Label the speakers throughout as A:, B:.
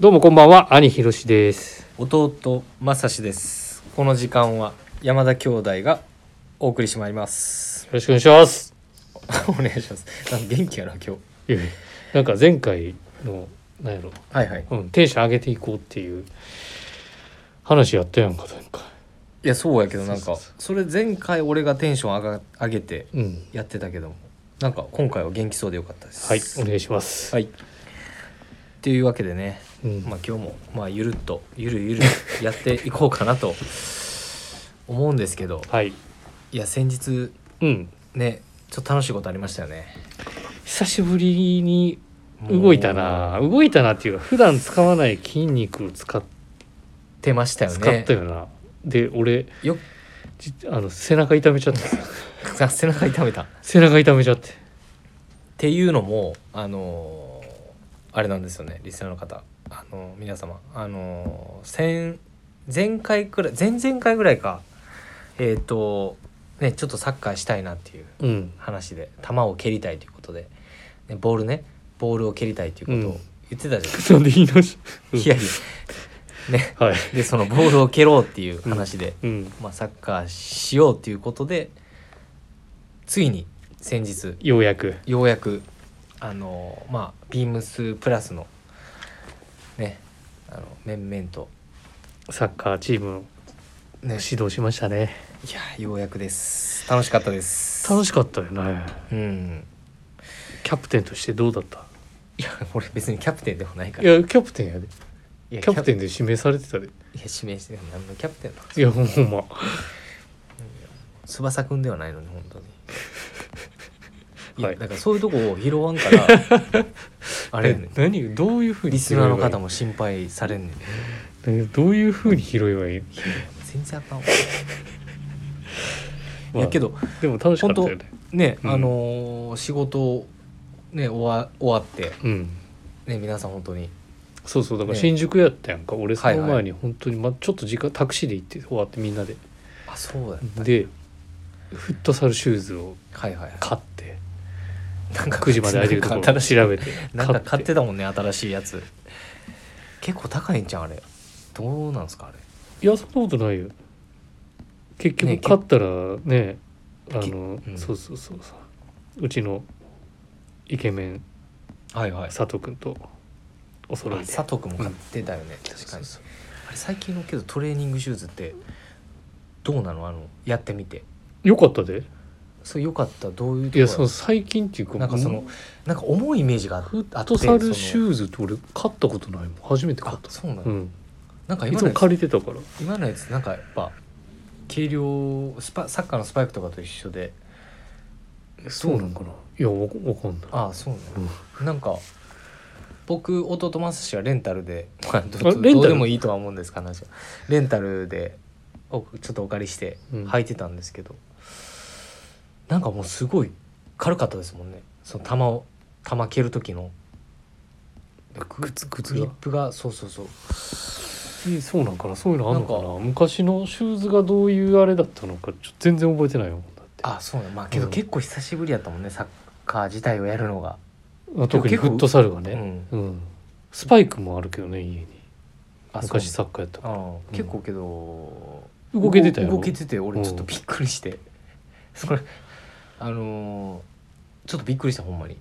A: どうもこんばんは兄ひろしです
B: 弟まさしですこの時間は山田兄弟がお送りしてまいります
A: よろしくお願いします
B: お願いしますなんか元気やな今日
A: いや なんか前回のなんやろ、
B: はいはい
A: うん、テンション上げていこうっていう話やったやんか前回
B: いやそうやけどなん
A: そう
B: か
A: そうそ
B: それ前回俺がテンション上が上げて
A: うん
B: やってたけどもなんか今回は元気そうでよかったです
A: はいお願いします、
B: はいっていうわけでね、
A: うん
B: まあ今日もまあゆるっとゆるゆるやっていこうかなと思うんですけど
A: はい
B: いや先日
A: うん
B: ねちょっと楽しいことありましたよね
A: 久しぶりに動いたな動いたなっていうか普段使わない筋肉使っ
B: 出ましたよ
A: 使っ
B: ね
A: たよなで俺
B: よっ
A: じあの背中痛めち ゃって
B: あ背中痛めたっ
A: 背中痛めちゃって
B: ていうのもあのーあれなんですよねリスナーの方あのー皆様あのー先前回くらい前々回ぐらいかえっ、とねちょっとサッカーしたいなっていう
A: うん
B: 話で球を蹴りたいということで、ね、ボールねボールを蹴りたいということ
A: うん
B: を言ってたじゃない、
A: なんで言い直しうん
B: ん、いやいやね
A: はい
B: でそのボールを蹴ろうっていう話で、
A: うん
B: まあ、サッカーしようということでついに先日
A: ようやく
B: ようやくあのまあビームスプラスのねあの面々と、
A: サッカーチームを
B: ね、い
A: 指導しましたね
B: やようやくです楽しかったです
A: 楽しかったよね
B: うん
A: キャプテンとしてどうだった
B: いや俺別にキャプテンでもないか
A: い
B: らい
A: やキャプテンやで
B: や
A: キャプテンで指名されてたで
B: いや指名してる何のキャプテンなの
A: いやほんま
B: 翼くんではないのに本当にい や、
A: はい
B: だからそういうとこを拾わ んからあれやねん
A: え何どういうふうに
B: リスナーの方
A: も
B: も心配されんねん
A: どういうふうに拾えばいいの
B: 全然 あかんわい
A: まあ
B: やけど
A: でも楽しかったよ
B: 本
A: ね
B: ね、
A: うん
B: あのー仕事をね終わ終わって
A: うん
B: ね皆さん本当に
A: そうそうだから
B: ね
A: 新宿やったやんか、俺そ
B: はい
A: の
B: はい
A: 前に本当にまちょっと時間タクシーで行って終わってみんなで
B: あそうだ
A: でフットサルシューズを
B: はいはい
A: 買って
B: なん
A: 9時まで空いてるところ
B: なんか新しい
A: 調べて
B: なんか買ってたもんね新しいやつ結構高いんじゃんあれどうなんですかあれ
A: いやそんなことないよ結局
B: ねけ
A: 勝ったらねあ
B: き
A: の、
B: うん
A: そうそうそうそううちのイケメン
B: はいは
A: 佐藤君とお揃いで
B: 佐藤君も買ってたよね、確かに
A: そうそうそ
B: あれ最近のけどトレーニングシューズってどうなのあのやってみて
A: うよかったで
B: そうよかったどういうとこ
A: いやその最近っていうか
B: なんかそのなんか重いイメージがあって
A: フットサルシ
B: ー
A: ューズって俺買ったことないもん初めて買っ
B: あ
A: た
B: そうなの、
A: うん
B: なんか
A: い
B: 今
A: つ
B: の
A: も
B: やつ
A: 借りてたから
B: 今のやつなんかやっぱ軽量スパサッカーのスパイクとかと一緒で
A: そうなんかないやわわかんない
B: ああそうね、なんか僕弟正志はレンタルで、まあ、ど
A: あ
B: ど
A: レンタル
B: どうでもいいとは思うんですか話はレンタルでおちょっとお借りして
A: うん
B: 履いてたんですけど、なんかもうすごい軽かったですもんねその球を球蹴る時の
A: グツグ
B: グ
A: ツ
B: リッ
A: が
B: プがそうそうそう
A: えそうなんかなそういうのあんのかな
B: なん
A: 昔のシューズがどういうあれだったのかちょ全然覚えてないもんだって
B: あそうねまあけど
A: うん
B: 結構久しぶりやったもんねサッカー自体をやるのが
A: あ特に
B: 結構
A: フットサルはね、
B: う
A: うんスパイクもあるけどね家に
B: あそう
A: 昔サッカーやったから
B: あ
A: ん
B: 結構けど、
A: 動けてたよ
B: 動けてて俺ちょっと
A: うん
B: びっくりして、 それあのーちょっとびっくりしたほんまに、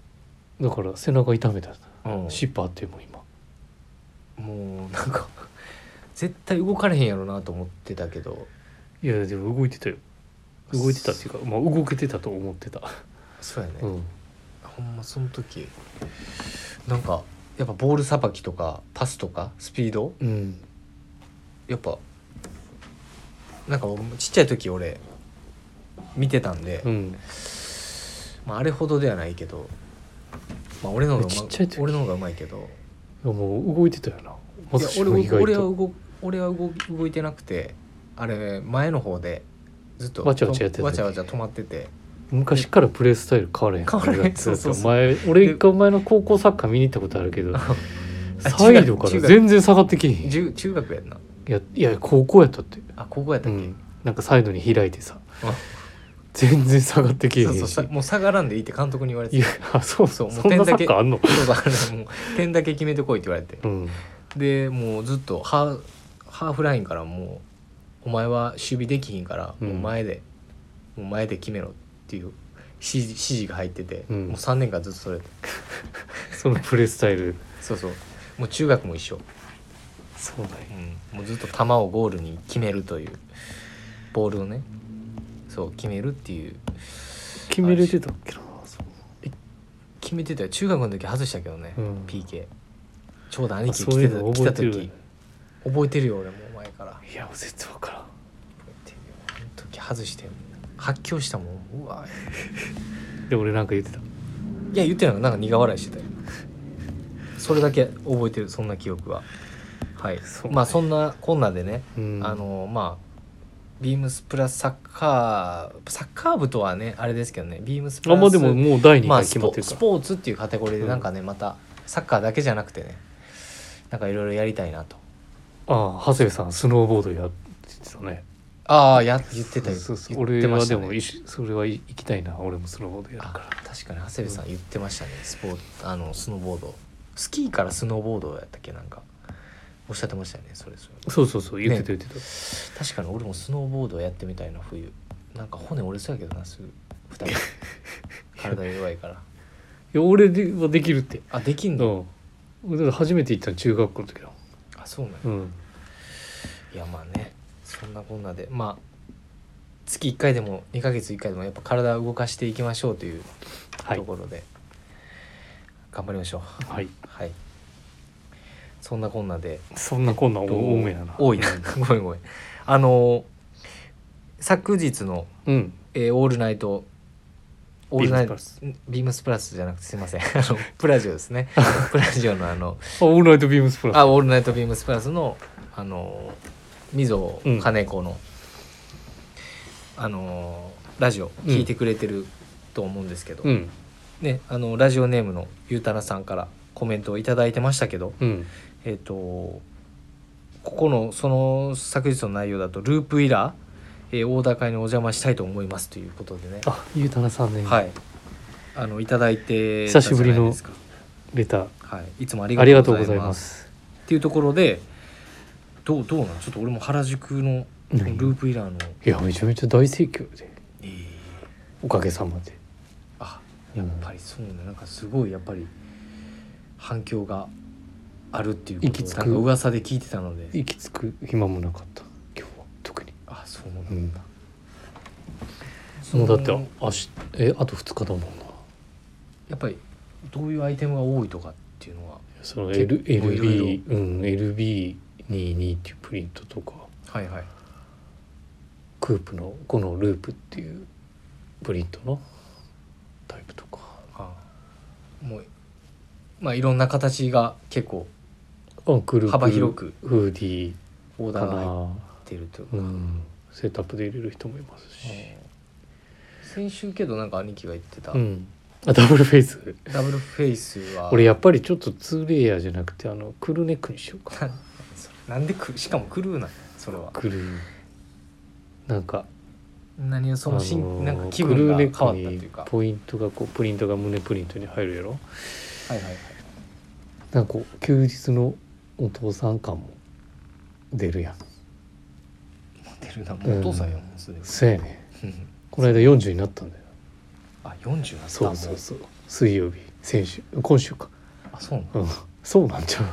A: だから背中痛めた、
B: うん
A: シッパーってもう今
B: もうなんか絶対動かれへんやろなと思ってたけど
A: いやでも動いてたよ動いてたっていうか、まあ、動けてたと思ってた、
B: そうやね、
A: うん、
B: ほんまその時なんかやっぱボールさばきとかパスとかスピード
A: うん、
B: やっぱなんかちっちゃい時俺見てたんで、
A: うん、
B: まあ、あれほどではないけど、まあ、俺の方がうま
A: ちっちゃい時
B: 俺の方がうまいけど
A: いやもう動いてたよない
B: や
A: 松
B: 俺
A: も意
B: は
A: 外
B: 俺は
A: と
B: 動俺は動き動いてなくてあれ前の方でずっと
A: わちゃわちゃやってた
B: わちゃわちゃ止まってて
A: 昔からプレースタイル変わらへん
B: 変わらへん
A: だって
B: そうそうそう
A: 前俺一回前の高校サッカー見に行ったことあるけどサイドから
B: 中学
A: 全然下がってきへんい
B: 中中学やんな
A: やいや高校やったって
B: あ高校やった
A: う
B: っけ、
A: ん、なんかサイドに開いてさ
B: あ
A: 全然下がってきえへん
B: そう
A: し
B: そうさもう下がらんでいいって監督に言われ
A: い
B: て
A: や
B: た
A: あそう
B: そ
A: そうう
B: もう
A: そんな
B: 点
A: サ
B: だけ
A: ッカーあんの
B: そうだあのもう点だけ決めてこいって言われて
A: うん
B: でもうずっとハーハーフラインからもうお前は守備できひんから
A: うん
B: もう前で、もう前で決めろっていう指示指示が入ってて、
A: うん
B: もう3年間ずっとそれ
A: そのプレースタイル
B: そうそうもう中学も一緒、
A: そうだね
B: もうずっと球をゴールに決めるというボールをねそう決めるっていう
A: 決めれてたっけなそう
B: 決めてたよ中学の時外したけどね、
A: うん
B: PK ちょうど兄貴
A: そうい
B: 来て
A: うの
B: た来
A: 覚え
B: た
A: てる
B: 時覚えてるよ俺も前から覚
A: いや絶対分からん
B: えてるよあの時外して発狂したもんうわ
A: で俺なんか言ってた
B: いや言ってないのなんか苦笑いしてたよそれだけ覚えてるそんな記憶ははい、
A: そうね
B: まあそんなこんなでね、
A: うん
B: あのまあビームスプラスサッカーサッカー部とはねあれですけどねビームスプ
A: あ
B: ラス
A: んまでももう第2
B: まあ
A: 回
B: ス
A: 決ま
B: ポ
A: ってるか
B: ス
A: ら、
B: ポーツっていうカテゴリーでなんかね、またサッカーだけじゃなくてねなんかいろいろやりたいなと
A: ああ長谷部さんスノーボードやってたね
B: ああや言ってた
A: そうそう
B: 言っ
A: 俺
B: てま
A: は
B: した
A: で
B: ね
A: もいしそれは行きたいな俺もスノーボードやる
B: あ
A: から
B: 確かに長谷部さん言ってましたねスポーツあのスノーボードスキーからスノーボードやったっけなんかおっしゃってましたよねそれそれ
A: そうそうそう言ってた言ってた、
B: 確かに俺もスノーボードやってみたいな冬なんか骨折れそうやけどなすぐ二 人体弱いから
A: いや俺ではできるって
B: あでき
A: うん
B: の
A: ん俺だって初めて行ったの中学校の時だも
B: あそうなの、
A: んうん
B: いやまあねそんなこんなでまあ月1回でも2ヶ月1回でもやっぱ体を動かしていきましょうという
A: はい
B: ところで、頑張りましょう
A: はい
B: はいそんなこんなで
A: そんなこんな多めだな
B: 多いなごめんごめんあの昨日の、
A: うん
B: えーオールナイト」オールナイト
A: ビームス
B: ビームスプラスじゃなくてすいません あのプラジオです ねプラジオのあの
A: あオールナイトビームスプラス
B: あオールナイトビームスプラスのあの溝尾
A: うん
B: 金子の、あのラジオ
A: うん
B: 聞いてくれてると思うんですけど、
A: うん
B: ねあのラジオネームのゆうたなさんからコメントを頂いただいてましたけど
A: うん
B: えっ、とここのその昨日の内容だとループイラー、えー、オーダー会にお邪魔したいと思いますということでね
A: あゆうたなさんね、
B: はいあのいただいて
A: 久しぶりの
B: たじゃないです
A: レター
B: かはい、いつもあ
A: あり
B: り
A: が
B: が
A: と
B: と
A: う
B: う
A: ござ
B: ござ
A: い
B: い
A: ま
B: ます
A: す
B: っていうところでどうどうなんちょっと俺も原宿のル
A: 何
B: ープイラーの、
A: いやめちゃめちゃ大盛況で
B: えー
A: おかげさまで
B: あ
A: やっ
B: やっぱりそうねなんかすごいやっぱり反響があるっていうこ
A: 行き着く
B: とをなんか噂で聞いてたので
A: 行き着く暇もなかった今日は特に
B: あそうなんだ、
A: うん
B: そ
A: も
B: の
A: うだって明日えあと2日だもんな
B: やっぱりどういうアイテムが多いとかっていうのは
A: その L
B: 結構いろい
A: LB うん LB22 っていうプリントとか
B: はいはい
A: クープのこのループっていうプリントのタイプとか
B: あもうまあいろんな形が結構
A: あくるくる
B: 幅広く
A: フーディ
B: オー
A: ー
B: ダ
A: か
B: ーが入っ
A: な
B: てるという
A: う
B: か、
A: んセットアップで入れる人もいますし
B: 先週けどなんか兄貴が言ってた、
A: うんあダブルフェイス
B: ダブルフェイスは
A: 俺やっぱりちょっとツーレイヤーじゃなくてあのクルーネックにしようか
B: なそれ なんでくしかもクルーなんやそれは
A: クルーなんか
B: 何をそのし
A: あ
B: ん、
A: のー
B: なんか気分が変わったと
A: クルーネ
B: い
A: ック
B: う
A: に
B: かは
A: ポイントがこうプリントが胸プリントに入るやろ
B: いはいはい
A: なんかこう休日のお父さん感も出るやん
B: モテるなもうお父さんやもんすでに、
A: そうやね
B: うん
A: この間40になったんだよ
B: あ40になった
A: そうそうそう水曜日先週今週か
B: もうあそうなの
A: うんそうなんちゃう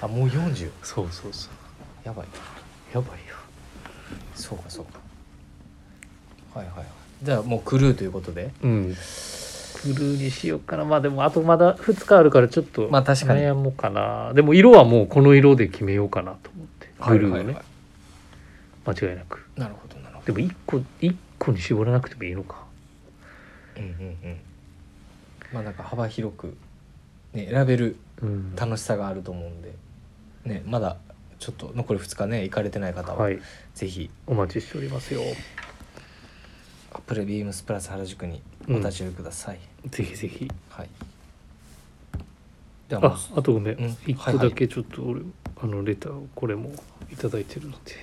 B: あもう40
A: そうそうそう
B: やばい
A: やばいよ
B: そうかそうかはいはいはいじゃあもうクルーということで
A: うんクルーにしようかなまあでもあとまだ2日あるからちょっと
B: まあ確かに
A: 悩もうかなでも色はもうこの色で決めようかなと思ってブルーをね、
B: はいはいは
A: 間違いなく
B: いなるほどなるほ
A: でも1個一個に絞らなくてもいいのか
B: どうんうんうんまあなんか幅広くね選べる
A: うん
B: 楽しさがあると思うんでねまだちょっと残り2日ね行かれてない方は、
A: はい
B: ぜひ
A: お待ちしておりますよ
B: アップルビームスプラス原宿にお
A: うん
B: 立ち寄りください、
A: ぜひぜひ
B: はいではもう
A: ああとごめん、
B: うん
A: 一
B: はい
A: 個
B: は
A: だ
B: い
A: けちょっと俺、あのレターをこれもいただいてるので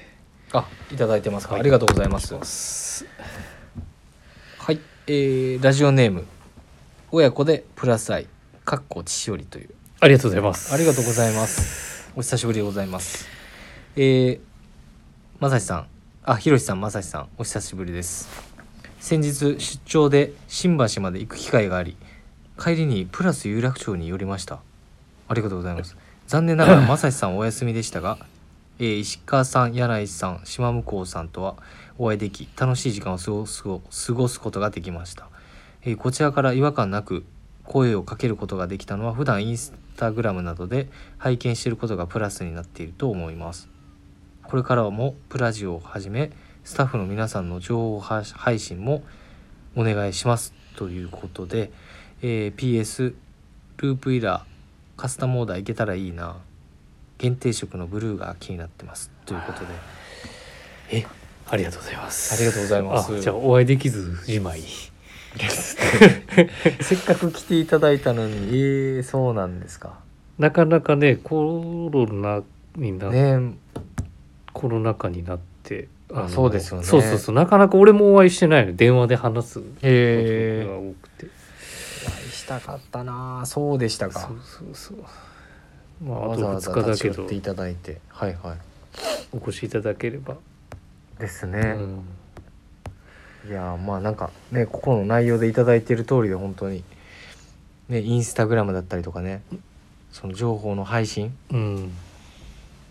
B: あいただいてますか、
A: はい
B: ありがとうございますはい、えーラジオネーム親子でプラス愛かっこ父よりという
A: ありがとうございます
B: ありがとうございます。お久しぶりでございます。えー、まさしさん、あ、ひろしさん、まさしさん、お久しぶりです。先日、出張で新橋まで行く機会があり、帰りにプラス有楽町に寄りました。ありがとうございます。残念ながら、まさしさんお休みでしたが、えー石川さん、柳井さん、島向こうさんとはお会いでき、楽しい時間を過ごす過ごすことができました。えーこちらから違和感なく声をかけることができたのは普段インスタグラムなどで拝見していることがプラスになっていると思いますこれからもプラジオをはじめスタッフの皆さんの情報は配信もお願いしますということで、えー PS ループイラーカスタムオーダーいけたらいいな限定色のブルーが気になってますということで
A: えありがとうございます
B: ありがとうございます
A: あじゃあお会いできずじまい
B: せっかく来ていただいたのにえー、そうなんですか
A: なかなかねコロナにな、
B: ね
A: コロナ禍になっての
B: そうですよね
A: そうそうそうなかなか俺もお会いしてないの電話で話すこと
B: え
A: が多くて、
B: お会いしたかったなあそうでしたか
A: そうそうそうまああ
B: わざ
A: と
B: わざ
A: 2日だ
B: 立ち
A: け
B: 寄ってい
A: ど
B: ただいてはいはい
A: お越しいただければ、
B: です
A: う
B: ね、
A: ん、
B: いやーまあなんかねここの内容でいただいている通りで本当にねインスタグラムだったりとかねその情報の配信
A: うん、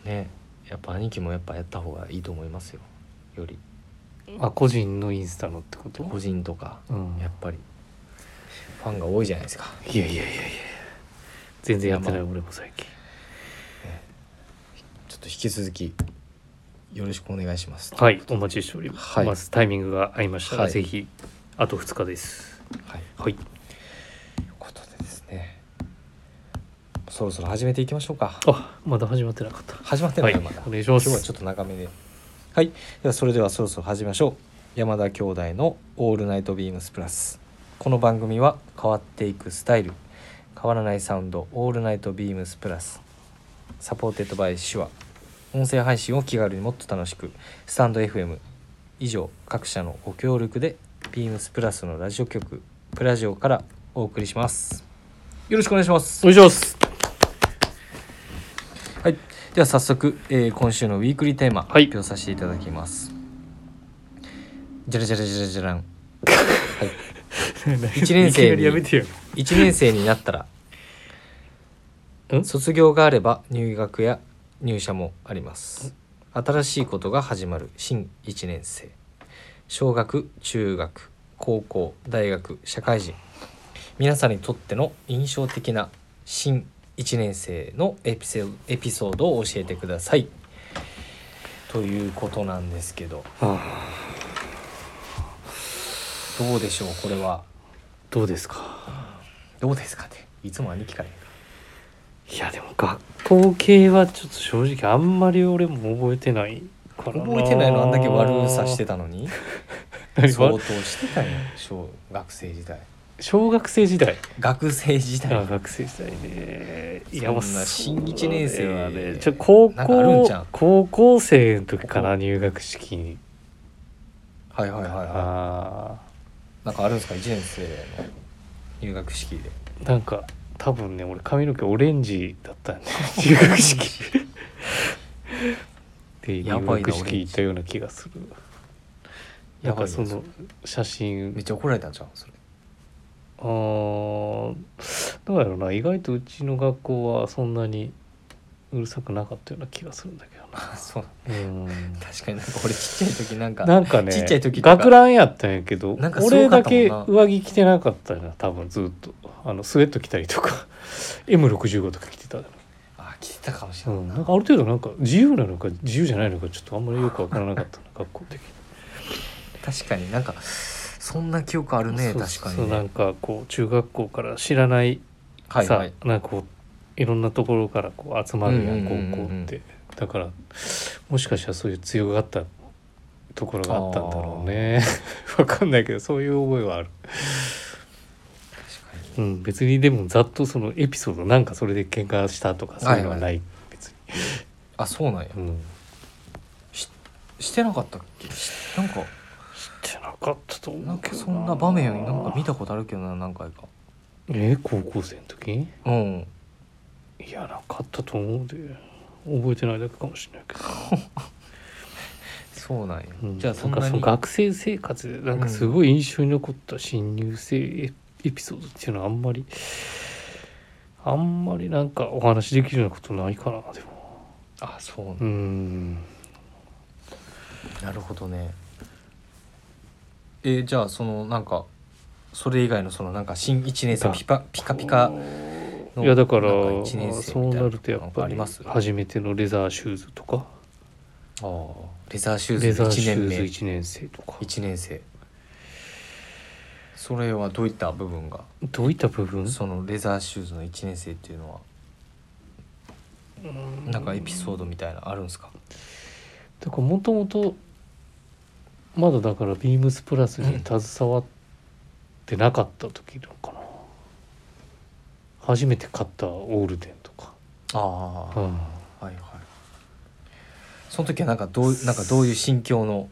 B: ねやっぱ兄貴もやっぱやった方がいいと思いますよより
A: あ個人のインスタのってこと、
B: 個人とか
A: うん、
B: やっぱりファンが多いじゃないですか
A: いやいやいやいや全然やってない
B: いや
A: 俺も最近
B: ちょっと引き続きよろしくお願いします
A: はいお待ちしております、
B: はい
A: まずタイミングが合いましたら、
B: はい
A: ぜひあと2日です
B: はい
A: はい
B: ということでですねそろそろ始めていきましょうか
A: あまだ始まってなかった
B: 始まってな、
A: はいい
B: まだ
A: お
B: 今
A: 願いしま
B: 日は
A: す
B: ちょっと長めではいではそれではそろそろ始めましょう山田兄弟の「オールナイトビームスプラス」この番組は変わっていくスタイル変わらないサウンド「オールナイトビームスプラス」サポーテッドバイ手話音声配信を気軽にもっと楽しくスタンド FM 以上各社のご協力でビームスプラスのラジオ局プラジオからお送りしますよろしくお願いします
A: お願いし ます
B: はい、では早速、えー今週のウィークリーテーマ
A: はい
B: 発表させていただきます。じゃらじゃらじゃらじゃらん。一年生に
A: いきなりやめてよ
B: 1年生になったら
A: ん
B: 卒業があれば入学や入社もあります新しいことが始まる新1年生小学中学高校大学社会人皆さんにとっての印象的な新1年生のエピセエピソードを教えてくださいということなんですけど
A: ああ
B: どうでしょうこれは
A: どうですか
B: どうですかねいつも兄貴から
A: いやでも学校系はちょっと正直あんまり俺も覚えてないから
B: 覚えてないのあんだけ悪さして
A: た
B: たのに相当してたよ小学生時代
A: 小学生時代
B: 学生時代
A: あ学生時代ねいやもう
B: そんな
A: そう
B: 新一年生
A: だねちょ高
B: なんかあるん
A: 校
B: ちゃう
A: 高校生の時かな入学式に
B: はいはいはいは
A: あ
B: いなんかあるんですか1年生の入学式で
A: ーなんか多分ね俺髪の毛オレンジだったんで入学式で
B: や
A: 入
B: ばいな
A: 学式行ったような気がするな
B: や
A: ん
B: ばい
A: か
B: な
A: その写
B: めっ
A: 真
B: ちゃ怒られたんじゃんそれ
A: あーどうやろうな意外とうちの学校はそんなにうるさくなかったような気がするんだけどな
B: あそう
A: うん
B: 確かになんか俺ちっちゃい時なんか
A: なんかね
B: ちっちゃい時とか
A: 学ランやったんやけど
B: なんかすご
A: 俺だ
B: かったもん
A: け
B: な
A: 上着着てなかったな多分ずっとあのスウェット着たりとか M65 とか着てた、
B: あ着てたかもし
A: う
B: れない
A: ん、
B: な,、
A: なんかある程度なんか自由なのか自由じゃないのかちょっとあんまりよくわからなかったな学校的
B: 確かになんかそんな記憶ある
A: に
B: ね
A: そう
B: 確か
A: そう
B: に、
A: なん
B: ね、
A: かこう中学校から知らない
B: はい
A: さ、
B: はい
A: なんかこういろんなところからこう集まるやん
B: うんうんうんうん
A: 高校ってだからもしかしたらそういう強がったところがあったんだろうね わかんないけどそういう覚えはある
B: 確かに
A: うん、別にでもざっとそのエピソードなんかそれで喧嘩したとかそういうのはない、
B: は
A: 別
B: あそうなんや
A: に、うん、
B: してなかったっけしなんか
A: してなかったと
B: な
A: 思
B: ん
A: うけ
B: か
A: ど
B: そんな場面なんか見たことあるけどな何回か
A: えー高校生の時
B: うん
A: いやなかったと思うで覚えてないだけかもしれないけ
B: そうなんや、
A: ど、うん
B: じゃあそん
A: な
B: な
A: か
B: ん
A: そ
B: に
A: の学生生活でなんかすごい印象に残った新入生エエピソードっていうのはあんまりあんまりなんかお話できるようなことないかなでも
B: あそうなん、
A: うん
B: なるほどねえーじゃあそのなんかそれ以外のそのなんか新1年生
A: だ
B: ピパピカピカの
A: いやだから
B: なん一年生
A: そう
B: みたい
A: なるとや
B: な
A: っ
B: のが
A: ぱ
B: あり
A: り
B: ますあ
A: 初めてのレザーシューズとか
B: ーレザーシュ
A: レ
B: ーズ
A: ザ
B: の
A: ーシ
B: 1
A: ュ
B: 年
A: ー
B: 目
A: ズ1年生とか
B: 1年生それはどういった部分が
A: どういった部分
B: そのレザーシューズの1年生っていうのは
A: うん
B: なんかエピソードみたいなのあるんですか
A: だからもともとまだだからビームスプラスに携わってなかった時のかな、初めて買ったオールデンとか、
B: ああ
A: う
B: は
A: ん
B: いはいその時はなんかどうなんかどういう心境の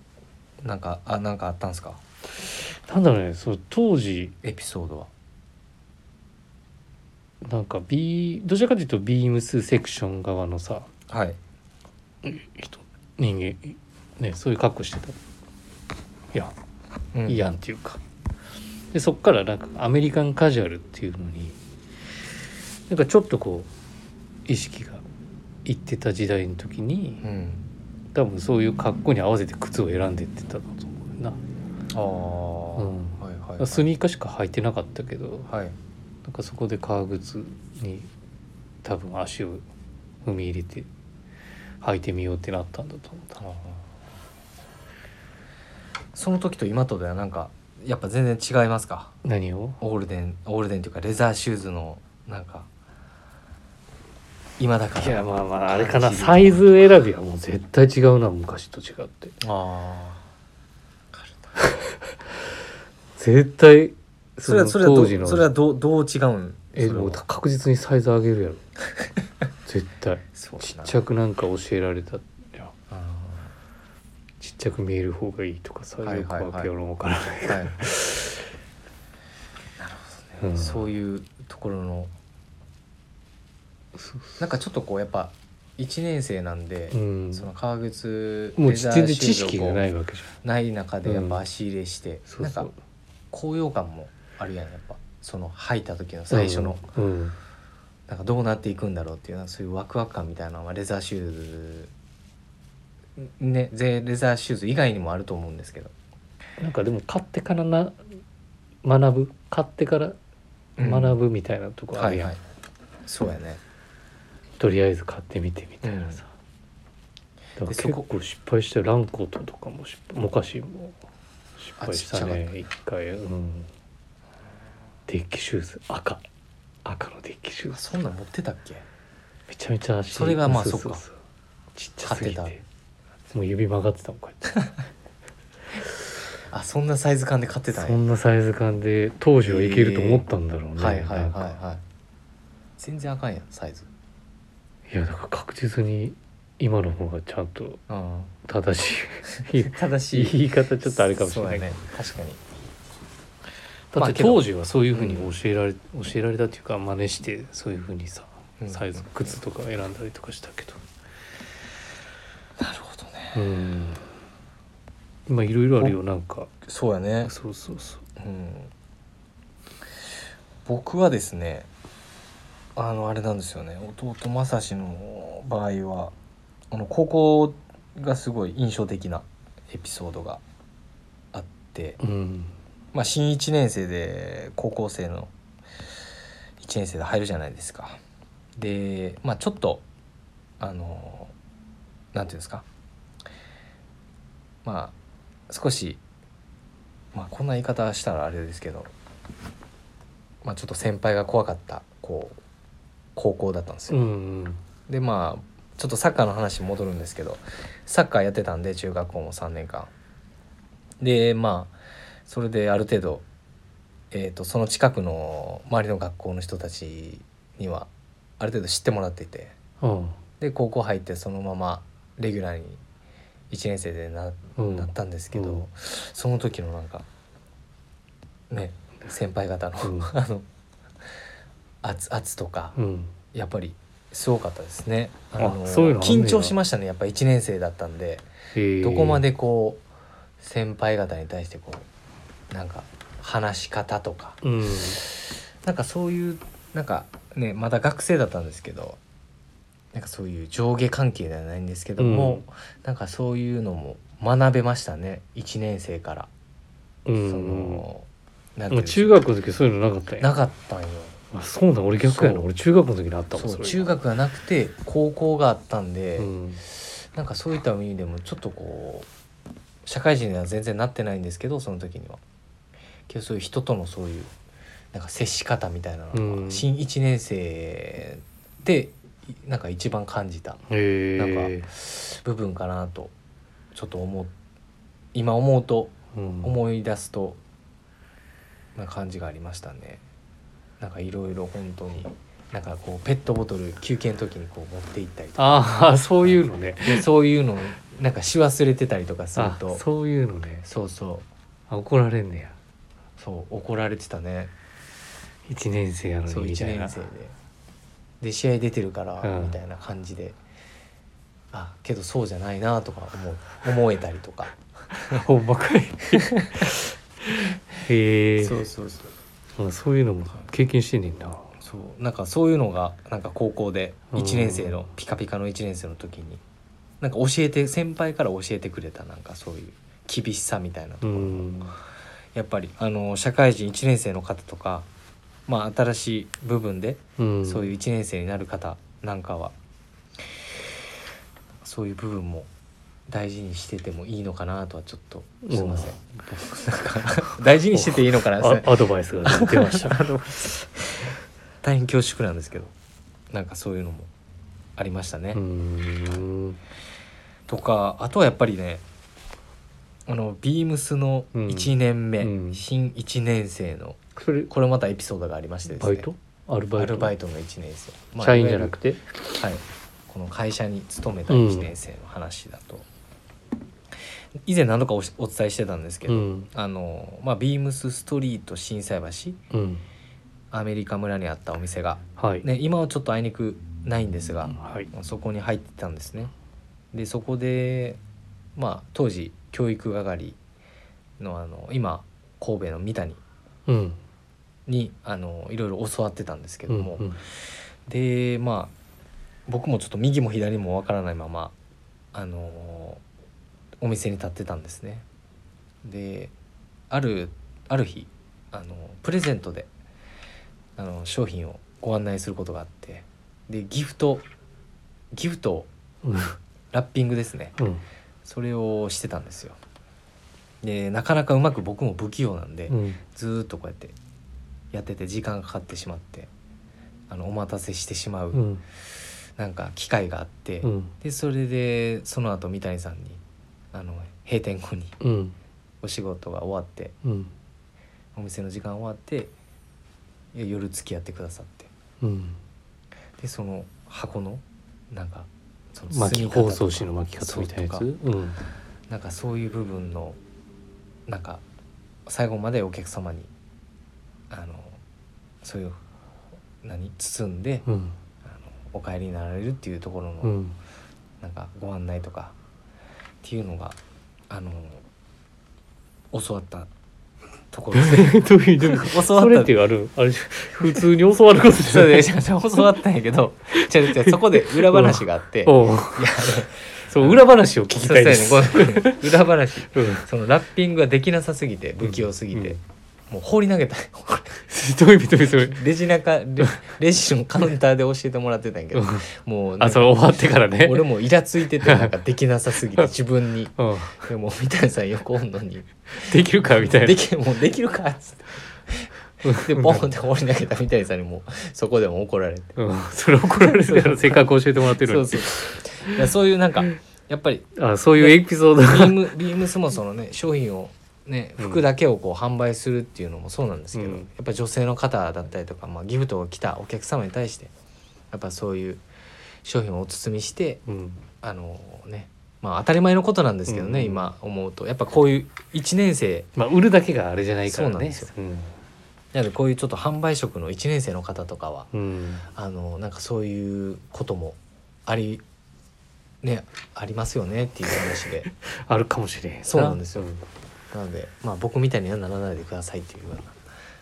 B: なんかあなんかあったんですか
A: なんだろうねその当時
B: エピソードは
A: なんか、ビーどちらかというとビームスセクション側のさ
B: はい
A: 人人間ねそういう格好してたいや
B: うん
A: いいやんっていうかでそっからなんかアメリカンカジュアルっていうのになんかちょっとこう意識がいってた時代の時に
B: うん
A: 多分そういう格好に合わせて靴を選んでってたんだと思うな、
B: ああ、
A: うん
B: はいはいはい
A: スニーカーしか履いてなかったけど
B: はい
A: なんかそこで革靴に多分足を踏み入れて履いてみようってなったんだと思った
B: あーその時と今とではなんかやっぱ全然違いますか
A: 何を
B: オールデンオールデンというかレザーシューズのなんか今だから
A: いやまあまああれか
B: 感
A: な
B: じる
A: サイズ選びはもう絶対違うな昔と違って
B: あ
A: 絶対
B: ーそれは
A: の
B: それは
A: 当
B: どう
A: 時の
B: それはどうどう違うん
A: え
B: それ
A: もう
B: は
A: 確実にサイズ上げるやろ絶 対
B: そう
A: ちっち
B: ちゃ
A: ゃくなんか教えられたいやちっちゃく見える方がいいとかさ
B: はいはい
A: よく
B: はい
A: わけ分からない
B: はいなるほどね、
A: うん
B: そういうところのなんかちょっとこうやっぱ1年生なんで、
A: うん
B: その革靴
A: もう
B: レザー
A: 全然知
B: シューズ
A: 識
B: をこ
A: が
B: う
A: ないわけじゃん
B: ない中でやっ
A: うん
B: ぱ足入れして、
A: そう
B: なん
A: そ
B: か
A: う
B: 高揚感もあるやんやっぱその履いた時の最初の、
A: うんうん
B: なんかどうなっていくんだろうっていうなんかそういうワクワク感みたいなのはレザーシューズねぜレザーシューズ以外にもあると思うんですけど、
A: なんかでも買ってからな学ぶ買ってから学ぶみたいなとこあ
B: は
A: る
B: い
A: やん、
B: はいそうやね
A: とりあえず買ってみてみたいなさ、だから
B: で
A: 結
B: そこ
A: 構失敗してランコートとかも失敗モカシンも失敗したね
B: あ
A: 一回うんデッキシューズ赤赤のデッキシュー
B: あ
A: ズ
B: そんなん持ってたっけ
A: めちゃめちゃ足
B: それがまあ
A: う
B: そっ
A: うちっちゃすぎて
B: 買って
A: もう指曲がってたもんこうやっ
B: あそんなサイズ感で買って
A: て
B: た
A: そんなサイズ感で当時はいけると思ったんだろうね、
B: はいはいはい
A: なんか
B: はい全然あかんやんサイズ
A: いやだから確実に今の方がちゃんと
B: うん
A: 正し い
B: 正しい
A: 言い方ちょっとあれかもしれないけど
B: そうやね確かに
A: だ
B: ま
A: っ
B: あ
A: て
B: けど
A: 当時はそういうふうに教えられ、教えられたっていうか真似してそういうふうにさ
B: うん
A: サイズ、靴とか選んだりとかしたけど
B: なるほどね
A: うんまあいろいろあるよなんか
B: そうやね
A: そうそうそう
B: うん僕はですねあのあれなんですよね弟正志の場合はあの高校がすごい印象的なエピソードがあって、
A: うん
B: まあ、新1年生で高校生の1年生で入るじゃないですかでまあちょっとあのなんていうんですかまあ少しまあこんな言い方したらあれですけどまあちょっと先輩が怖かったこう高校だったんです
A: う
B: よ、
A: んうん
B: でまあちょっとサッカーの話に戻るんですけどサッカーやってたんで中学校も3年間でまあそれである程度、えー、とその近くの周りの学校の人たちにはある程度知ってもらっていて
A: うん
B: で高校入ってそのままレギュラーに1年生でな,、
A: うん
B: なったんですけど、
A: うん
B: その時のなんかね先輩方の,、
A: うん
B: あの圧圧とか、
A: うん
B: やっぱりすごかったですね。あ
A: あ
B: の
A: そういうのあんねや
B: 緊張しましたねやっぱ1年生だったんで、
A: へえ
B: どこまでこう先輩方に対してこうなんか話し方とか
A: うん
B: なんかそういうなんかねまだ学生だったんですけどなんかそういう上下関係ではないんですけども、なんかそういうのも学べましたね1年生から。
A: う
B: そ
A: ん
B: のなんて
A: ま
B: いう
A: あ
B: んですか
A: 中学の時そういうのなかったんや
B: なかったんよ。
A: あそうだ俺逆やな
B: そう
A: 俺中学の時にあったもん
B: そう
A: れが
B: 中学がなくて高校があったんで、
A: うん
B: なんかそういった意味でもちょっとこう社会人には全然なってないんですけどその時にはけどそういう人とのそういうなんか接し方みたいなのが、
A: うん
B: 新1年生でいなんか一番感じた
A: へ
B: なん
A: え
B: 部分かなとちょっと思う今思うと
A: うん
B: 思い出すと、な感じがありましたねなんかいろいろ本当になんかこうペットボトル休憩の時にこう持って行ったりとか
A: ああそういうのね
B: でそういうのをなんかし忘れてたりとかする
A: あ
B: と
A: そういうのね
B: そうそ
A: あ怒られんねや
B: うそう怒られてたね
A: 1年生やの
B: そう
A: にみ
B: 1
A: たいな
B: 年生でで試合出てるから
A: うん
B: みたいな感じで、あけどそうじゃないなとか思う思えたりとか、
A: ほんま かいへえ
B: そうそうそう
A: あそういうのも経験してんねんな
B: そうなんかそういうのがなんか高校で
A: うん
B: 1年生のピカピカの1年生の時になんか教えて先輩から教えてくれたなんかそういう厳しさみたいなと
A: う
B: ころ
A: ん
B: やっぱりあの社会人1年生の方とか、まあ、新しい部分で
A: うん
B: そう
A: う
B: いう1年生になる方なんかは、そういう部分も大事にしててもいいのかなとはちょっとすいません僕なんか大事にしてていいのかな
A: あアドバイスが出ま した
B: 大変恐縮なんですけどなんかそういうのもありましたね。
A: うん
B: とかあとはやっぱりねあのビームスの1年目、
A: うんうん
B: 新1年生の
A: それ
B: これまたエピソードがありましてです
A: バ
B: ね
A: イトアルバイ
B: ア
A: ト
B: ルバイトの1年生、まあ
A: 社員じゃなくて
B: はい、この会社に勤めた1年生の話だと、以前何度かおしお伝えしてたんですけど、
A: うん
B: あのまあ、ビームスストリート心斎橋
A: うん
B: アメリカ村にあったお店が、
A: はい
B: ね、今はちょっとあいにくないんですが、
A: はい
B: そこに入ってたんですねでそこで、まあ、当時教育係のあの今神戸の三谷
A: うん
B: にあのいろいろ教わってたんですけども、
A: うん
B: でまあ僕もちょっと右も左もわからないままあのーお店に立ってたんですねであるある日あのプレゼントであの商品をご案内することがあってでギフトギフトを
A: うん
B: ラッピングですね
A: うん
B: それをしてたんですよでなかなかうまく僕も不器用なんで、
A: うん
B: ずーっとこうやってやってて時間がかかってしまってあのお待たせしてしまう、
A: うん
B: なんか機会があって、
A: うん
B: でそれでその後三谷さんにあの閉店後に
A: うん
B: お仕事が終わって
A: うん
B: お店の時間終わっていや夜付き合ってくださって
A: うん
B: でその箱のなんかその
A: 巻き
B: 包み方と
A: 包
B: か
A: 装紙の巻き方みたいなやつ
B: そうとか
A: うん
B: なんかそういう部分のなんか最後までお客様にあのそういう何包んで、
A: うん
B: あのお帰りになられるっていうところの、
A: うん
B: なんかご案内とかっていうのがあの教わったところです ね
A: どういうどういう
B: 教わ
A: そ
B: っ
A: れ
B: た
A: ってあるあれ普通に教わることじ
B: そ
A: ゃ
B: う
A: ない
B: でじゃあじゃあ 教わったんやけどじゃあじゃあそこで裏話があって、いや
A: おうそう裏話を聞き
B: そう
A: たい
B: や
A: で
B: ね
A: す
B: ごめんごめん裏話
A: うん
B: そのラッピングができなさすぎて不器用すぎて、
A: うん
B: もう放り投げた
A: どういう意味どういう意味それ
B: レジ中レレジのカウンターで教えてもらってたんやけどもうなんか
A: あそれ終わってからね
B: 俺もイラついててなんかできなさすぎて自分に
A: うん
B: でも三谷さん横おんのに
A: できるかみたい
B: で
A: な
B: きもうできるかっつ ってでポンって放り投げたみたいさんにもうそこでも怒られて
A: うんそれ怒られるからせっかく教えてもらってる
B: そ
A: のに
B: うそういやそういうなんかやっぱり
A: あそういうエピソード
B: ビ
A: が
B: ームビームスもそのね商品をね
A: うん
B: 服だけをこう販売するっていうのもそうなんですけど、
A: うん
B: やっぱ女性の方だったりとか、まあ、ギフトを来たお客様に対してやっぱそういう商品をお包みして
A: うん
B: あのねまあ当たり前のことなんですけどね、
A: うん
B: 今思うとやっぱこういう1年生
A: まあ売るだけがあれじゃないから
B: そうなんで
A: ね
B: すよ
A: うん
B: なのでこういうちょっと販売職の1年生の方とかは
A: うん
B: あのなんかそういうこともありねありますよねっていう話で
A: あるかもしれへん
B: そうなんですよ
A: うん
B: なので、まあ、僕みたいにはならないでくださいっていうような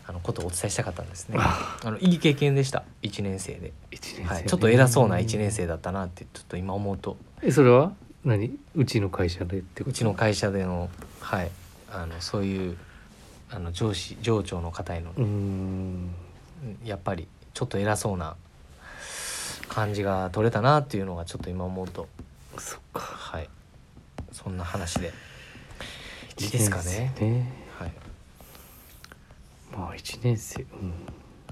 B: あのことをお伝えしたかったんですね。
A: あ
B: あのいい経験でした1年生で、
A: 一年生ね
B: はい、ちょっと偉そうな1年生だったなってちょっと今思うと
A: えそれは何うちの会社でってこと
B: うちの会社での,、はい、あのそういうあの上司上長の方への
A: うーん
B: やっぱりちょっと偉そうな感じが取れたなっていうのがちょっと今思うと
A: そっか
B: はいそんな話でいいですかね
A: 一年生ね
B: はい
A: まあ1年生うん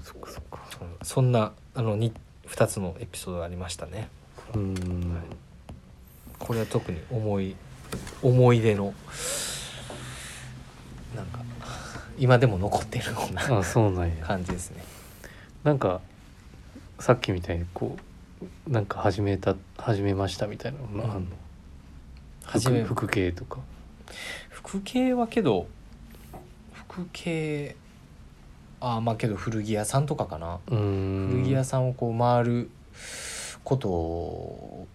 A: そっかそっか
B: そんそんなあの 2, 2つのエピソードがありましたね
A: うーん、
B: はいこれは特に思い思い出のなんか今でも残ってるような
A: あそうなんや
B: 感じですね
A: なんかさっきみたいにこうなんか始めた始めましたみたいなのあんの、
B: うん初め
A: 副副系とか
B: 服系はけど服系あーまあけど古着屋さんとかかな
A: うーん
B: 古着屋さんをこう回ることを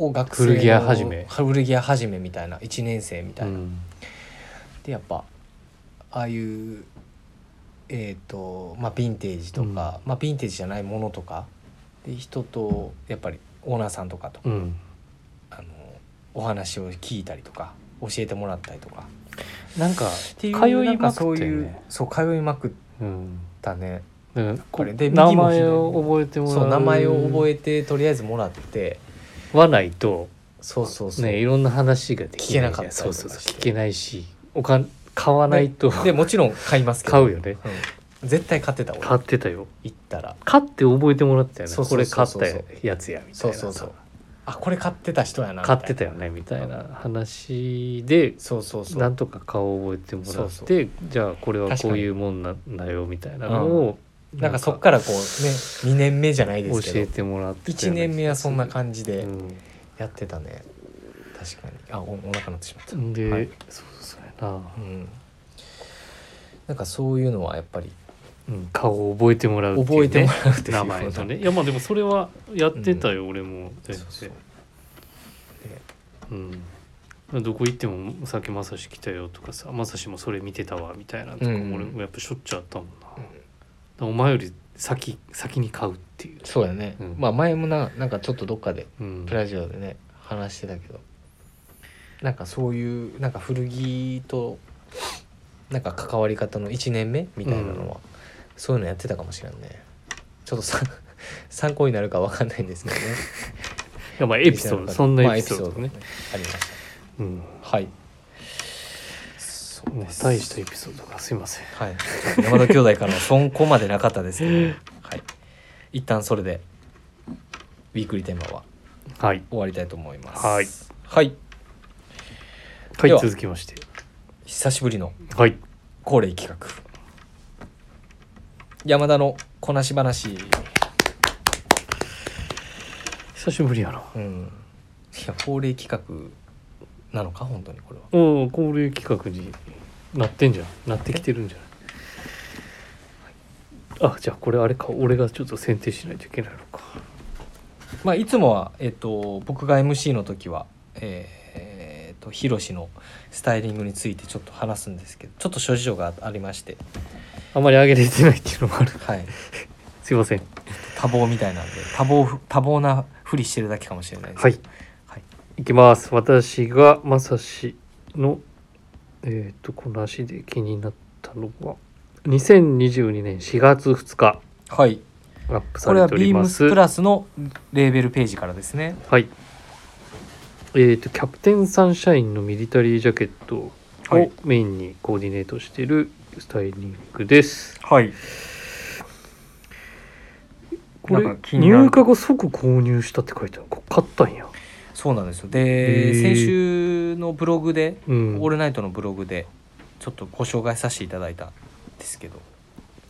B: 学生の
A: 古着屋始め
B: 古着屋始めみたいな1年生みたいな、
A: うん
B: でやっぱああいうえっ、とまあヴィンテージとか、
A: うん
B: まあヴィンテージじゃないものとかで人とやっぱりオーナーさんとかと
A: うん
B: あのお話を聞いたりとか教えてもらったりとか
A: なんか
B: って
A: 通
B: い
A: いう
B: なんか
A: ま
B: そ
A: く
B: う
A: って
B: い
A: ね
B: うそう通いまくっ
A: うん
B: たね
A: だからこ
B: ぱりで
A: 名
B: 右も左
A: 前
B: も
A: を覚えてもらう
B: そう名前を覚えてとりあえずもらって
A: はないと
B: そうそうそう、
A: ねいろんな話ができない
B: 聞けなかったりと
A: そ
B: か
A: う
B: して
A: そうそう聞けないしおか買わないと
B: でもちろん買いますけど
A: 買うよね
B: うん絶対買ってた俺
A: 買ってたよ
B: 行ったら
A: 買って覚えてもらったよね
B: そう
A: こ
B: そう
A: れ
B: そう
A: 買っ
B: そう
A: たやつやみた
B: そ
A: いうな
B: そうそう
A: さ
B: あこれ買ってた人やなみ
A: 買
B: いな
A: ってたよねみたいな話で
B: そうそうそう
A: なんとか顔を覚えてもらって
B: そうそ
A: じゃあこれは
B: 確か
A: こ
B: に
A: ういうもんなんだよみたいなのを、
B: なんかそっからこうね2年目じゃないで
A: 教
B: すけ
A: え
B: ど
A: てもらって
B: 1年目はそんな感じ
A: じ
B: でやってたね確かにあおお腹鳴ってしまった
A: うん、で、
B: はい
A: そうそうやな、
B: うんなんかそういうのはやっぱり
A: うん、顔を覚えてもらうっていう、
B: 覚え
A: ね、
B: てもらうっていう
A: 名前とねいやまあでもそれはやってたよ、俺も
B: そ
A: 全
B: うそう
A: 然
B: で
A: うんどこ行ってもさっきまさし来たよとかさまさしもそれ見てたわみたいなのとか
B: うん
A: も俺もやっぱしょっちゅうあったもんな、だからお前より先先に買うっていう、
B: そうやね
A: うん
B: まあ前もななんかちょっとどっかで
A: うん
B: プラジオでね話してたけどなんかそういうなんか古着となんか関わり方の1年目みたいなのは、そういうのやってたかもしれんねちょっとさ 参考になるかわかんないんですけどね
A: いやまあ エピソ ードそんなエピソードね,、
B: まあエピソードねありまし
A: うん
B: たはいそう
A: まあ
B: です
A: 大したエピソードがすいません
B: はいちょっと 山田兄弟からの損こまでなかったですけど、 はい一旦それでウィークリーテーマは
A: はい
B: 終わりたいと思います
A: はい、
B: はい、
A: は
B: ではい
A: 続きまして
B: 久しぶりの
A: はい
B: 恒例企画山田のこなし話
A: 久しぶりやな
B: うんいや恒例企画なのか本当にこれは
A: おお恒例企画になってんじゃんなってきてるんじゃないあじゃあこれあれか俺がちょっと選定しないといけないのか
B: まあいつもはえっと僕が MC の時はえーえっとヒロシのスタイリングについてちょっと話すんですけどちょっと諸事情がありまして
A: あまり上げれてないっていうのもある
B: はい
A: すいません
B: 多忙みたいなんで多忙多忙なふりしてるだけかもしれないです
A: はい、
B: はい、
A: いきます私がまさしのえっ、とこの足で気になったのは2022年4月2日
B: はい、
A: アップ
B: こ
A: さ
B: れ
A: れ
B: は
A: ており
B: ビー
A: ま
B: ム
A: す
B: スプラスのレーベルページからですね
A: はい。えっ、と、キャプテンサンシャインのミリタリージャケットを
B: はい
A: メインにコーディネートしているスタイリングです。
B: はい
A: こ
B: なん
A: れ
B: か、気になる
A: 入荷後即購入したって書いてある。これ買ったんや。
B: そうなんですよで、
A: へー
B: 先週のブログで
A: う
B: 「オ
A: ん。
B: ールナイト」のブログでちょっとご紹介させていただいたんですけど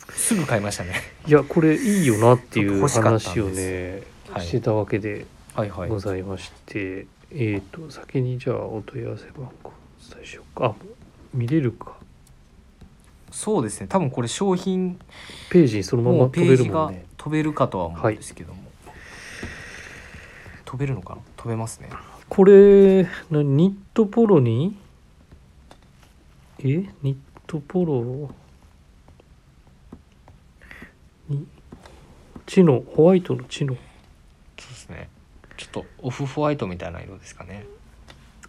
B: すぐ買いましたね
A: いや、これいいよなってい
B: ちょっと
A: う
B: 欲しかったん
A: 話をね、
B: はい
A: してたわけで
B: はいはい
A: ございまして、えっ、と、先にじゃあお問い合わせ番号お伝えしようか。あ見れるか。
B: そうですね多分これ商品
A: ページそのま
B: も
A: ま
B: うペ
A: 飛べ
B: ー
A: る
B: ジ
A: もん
B: が
A: ね
B: 飛べるかとは思うんですけども、飛べるのかな飛べますね
A: これなニットポロにえニットポロにチノホワイトのチノ
B: そうですねちょっとオフホワイトみたいな色ですかね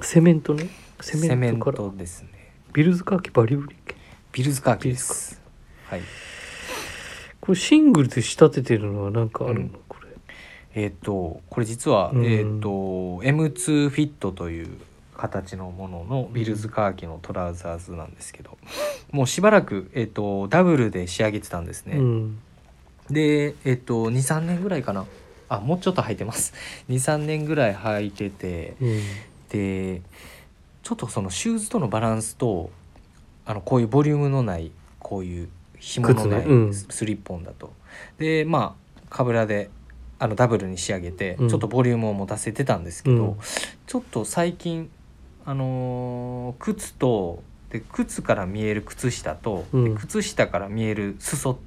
A: セメントねセ
B: セ
A: メ
B: メ
A: ン
B: ン
A: トから
B: トですね
A: ビルズカーキバリューリケ
B: ビルズカーキですはい
A: これシングルで仕立ててるのはなんかあるの、
B: うん
A: これ
B: えっ、とこれ実は、
A: うん
B: えっ、と M2 フィットという形のもののビルズカーキのトラウザーズなんですけどもうしばらく、えっとダブルで仕上げてたんですね、
A: うん
B: でえっと23年ぐらいかなあもうちょっと履いてます23年ぐらい履いてて
A: うん
B: でちょっとそのシューズとのバランスとあのこういうボリュームのないこういう紐のない
A: 靴ねうん
B: スリッポンだと、でまあかぶらであのダブルに仕上げてち
A: うん
B: ょっとボリュームを持たせてたんですけど、
A: うん
B: ちょっと最近あのー靴とで靴から見える靴下と、
A: うん
B: で靴下から見える裾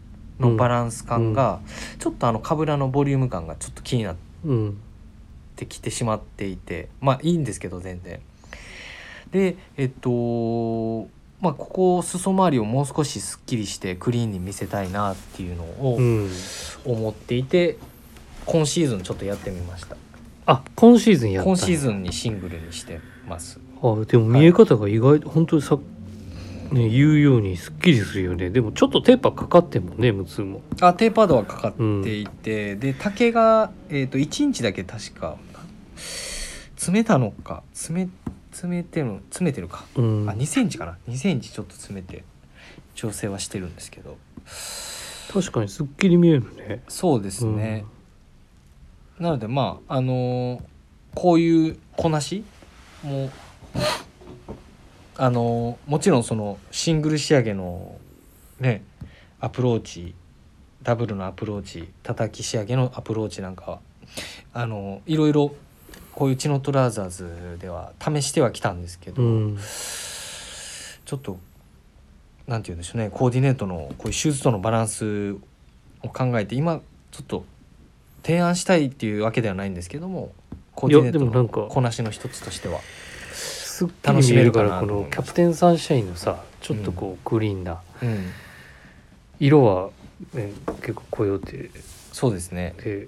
B: のバランス感が、ちょっとあのかぶらのボリューム感がちょっと気になって
A: うん
B: ってきてしまっていてまあいいんですけど全然。でえっとまあここ裾周りをもう少しすっきりしてクリーンに見せたいなっていうの
A: う
B: を
A: ん
B: 思っていて、今シーズンちょっとやってみました
A: あ今シーズンやった
B: 今シー
A: ズ
B: ズンにシングルにしてます
A: ンあでも見え方が意外本当にさね言うようにすっきりするよねでもちょっとテーパーかかってんもんね無痛も
B: あテーパードはかかっていて、で竹が、えっと1インチだけ確か詰めたのか詰め詰めてる詰めてるか
A: うん
B: あ2センチかな2センチちょっと詰めて調整はしてるんですけど
A: 確かにすっきり見えるね
B: そうですね、なのでまああのーこういうこなしもあのーもちろんそのシングル仕上げのねアプローチダブルのアプローチ叩き仕上げのアプローチなんかはあのーいろいろこういうチノトラウザーズでは試してはきたんですけど、
A: うん
B: ちょっとなんて言うんでしょうねコーディネートのこういうシューズとのバランスを考えて今ちょっと提案したいっていうわけではないんですけどもコーディネート
A: いやでもなんか
B: のこなしの一つとしては
A: すっき
B: 楽
A: り
B: し
A: 見
B: め
A: える
B: る
A: か
B: からな
A: こと
B: 思い
A: のキ
B: ます
A: ャプテンサンシャインのさちょっとこうグリーンな、
B: うん
A: 色は、ね、結構コヨー
B: そうですね
A: テで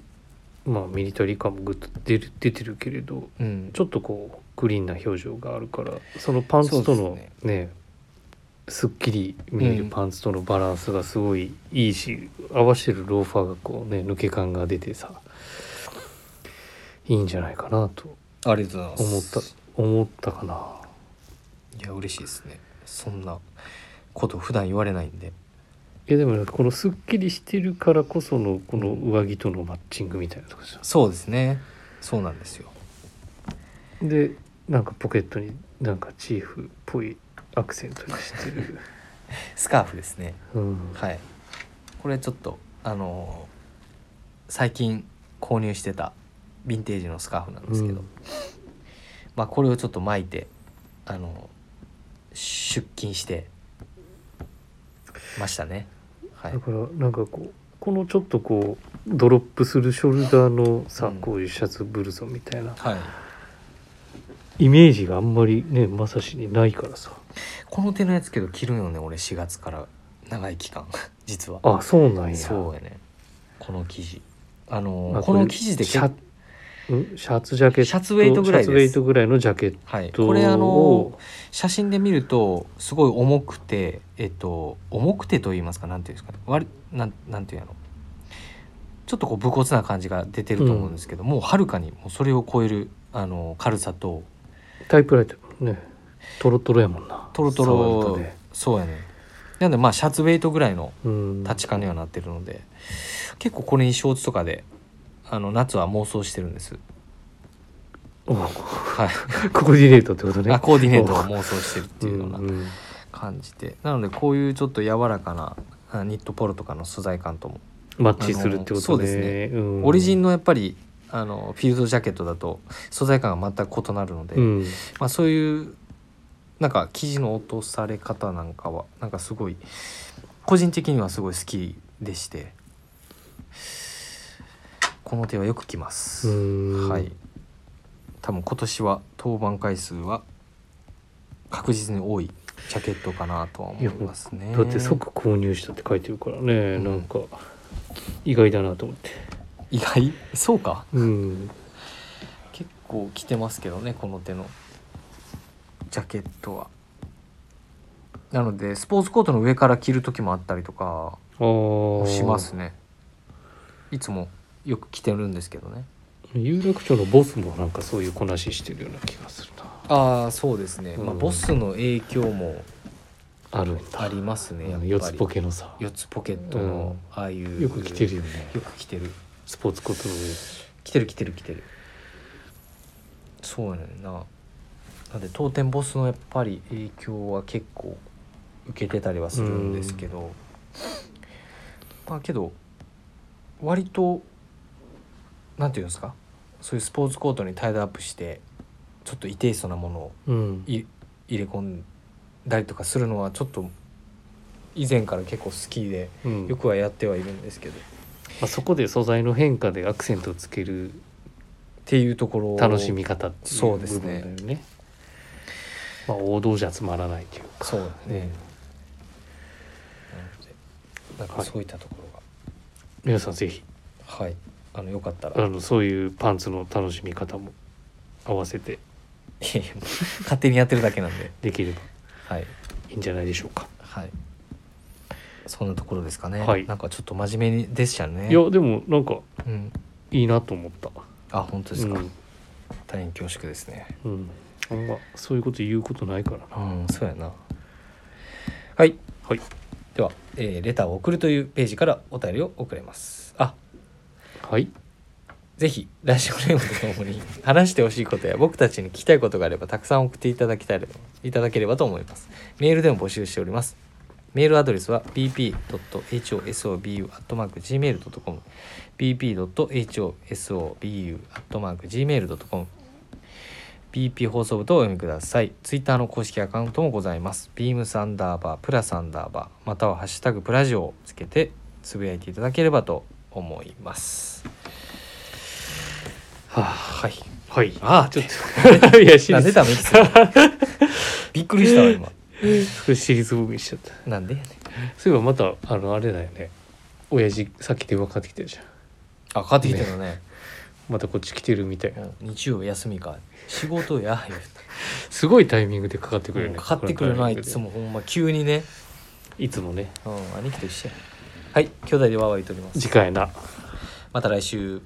A: まあミリタリー感もグッと出る出てるけれど
B: うん
A: ちょっとこうグリーンな表情があるからそのパンツと
B: そう
A: の
B: です
A: ねすっきり見える
B: うん
A: パンツとのバランスがすごいいいし、合わせてるローファーがこうね抜け感が出てさいいんじゃないかなと
B: ありがとうござい
A: 思
B: ま
A: った
B: す
A: 思ったかな。
B: いや嬉しいですねそんなこと普段言われないんで
A: いやでもなんかこのすっきりしてるからこそのこの上着とのマッチングみたいなとこじゃん
B: そうですねそうなんですよ
A: でなんかポケットになんかチーフっぽいアクセントにして る、
B: スカーフですね
A: うん、
B: はいこれちょっとあのー最近購入してたヴィンテージのスカーフなんですけど、
A: うん
B: まあこれをちょっと巻いてあのー出勤してましたねはい
A: だからなんかこうこのちょっとこうドロップするショルダーのさ、
B: うん
A: こういうシャツブルゾンみたいな
B: はい
A: イメージがあんまりねまさしにないからさ
B: この手のやつけど着るよね俺4月から長い期間 実は
A: あそうなんや
B: そうやねこの生地あの
A: まあ
B: ーこの生地で
A: シ
B: 結
A: ャ
B: 構
A: んシャツジャケット
B: シャツウェイトぐらい
A: シャ
B: です
A: ツウェイトぐらいのジャケッ
B: はい
A: トを
B: これあのー写真で見るとすごい重くてえっと重くてと言いますかなんていうんですかね割りなんなんていうのちょっとこう武骨な感じが出てると思うんですけど、もうはるかにもうそれを超えるあの軽さと
A: タイプライトねトロトロやもんな
B: トロト
A: 触る
B: ロ、
A: とね
B: そうやねなんでまあシャツウェイトぐらいの
A: うん
B: 立ち感にはなってるので、結構これにショーツとかであの夏は妄想してるんです
A: お
B: はい、
A: コーディネートってことね
B: あコーディネートを妄想してるっていうような
A: うんうん
B: 感じでなのでこういうちょっと柔らかなあニットポロとかの素材感とも
A: マッチするってことね。
B: あのそうです
A: ね。ん、
B: オリジンのやっぱりあのフィールドジャケットだと素材感が全く異なるので、
A: うん
B: まあ、そういうなんか記事の落とされ方なんかはなんかすごい個人的にはすごい好きでしてこの手はよく来ま
A: う
B: す、
A: ーん
B: はい多分今年は登板回数は確実に多いジャケットかなとは思いますね
A: だって即購入したって書いてるからね、
B: うん
A: なんか意外だなと思って
B: 意外そうか
A: うん
B: 結構着てますけどねこの手のジャケットはなのでスポーツコートの上から着る時もあったりとか
A: ああ
B: しますねいつもよく着てるんですけどね
A: 有楽町のボスもなんかそういうこなししてるような気がするな
B: ああそうですね、まあ、
A: うん
B: ボスの影響も
A: あるんだ
B: ありますねやっぱり
A: 四つポケのさ
B: 四つポケットのああいう、
A: よく着てるよね
B: よく着てる
A: スポーツコートの上
B: 来てる来てる来てるそうやねんななんで当店ボスのやっぱり影響は結構受けてたりはするんですけどまあけど割となんていうんですかそういうスポーツコートにタイドアップしてちょっとイテイストなものを
A: うん
B: い入れ込んだりとかするのはちょっと以前から結構好きで
A: うん
B: よくはやってはいるんですけど、っ
A: まあ、そこで素材の変化でアクセントをつける
B: ていうところ
A: 楽しみ方っていう
B: そう
A: 部
B: です
A: 分だ
B: ね
A: よねまあ、王道じゃつまらないというか
B: そうだね、なのでなんか
A: はい
B: そういったところ
A: 皆さんぜひ
B: がはい、あのよかったら
A: あのそういうパンツの楽しみ方も合わせて
B: いやいや勝手にやってるだけなんで
A: できれば
B: はい
A: いいんじゃないでしょうか、
B: はいそんなところですかね、
A: はい
B: なんかちょっと真面目にでしたね
A: いやでもなんか
B: うん、
A: いいなと思った
B: あ本当ですか、
A: うん
B: 大変恐縮ですね
A: うん、あんまそういうこと言うことないからな
B: うんそうやなはい
A: はい
B: では、えーレターを送る」というページからお便りを送れますあ
A: はい
B: ぜひラジオネームとともに話してほしいことや僕たちに聞きたいことがあればたくさん送っていただきたいいただければと思いますメールでも募集しておりますメールアドレスは bp.hosobu.gmail.com bp.hosobu.gmail.com bp 放送部とお読みくださいツイッターの公式アカウントもございますビームサンダーバープラサンダーバーまたはハッシュタグプラジオをつけてつぶやいていただければと思います
A: は
B: はい
A: あはい
B: ああ
A: ちょっと いやシリ
B: な
A: ー
B: んで
A: ズ
B: ダメにするの びっくりしたわ今
A: シリーズ僕にしちゃった
B: なんでやねん
A: そういえばまたあのあれだよね親父さっき電話かかってきてるじゃん
B: あ変わってきてるのね
A: またこっち来てるみたいな
B: うん日曜日休みか仕事や言う
A: すごいタイミングでかかってくるよ
B: て
A: ね
B: かかってくるな
A: このタイミング
B: い
A: で
B: つもほんま急にね
A: いつもね
B: うん兄貴と一緒やはい兄弟でワーワー言っております
A: 次回な
B: また来週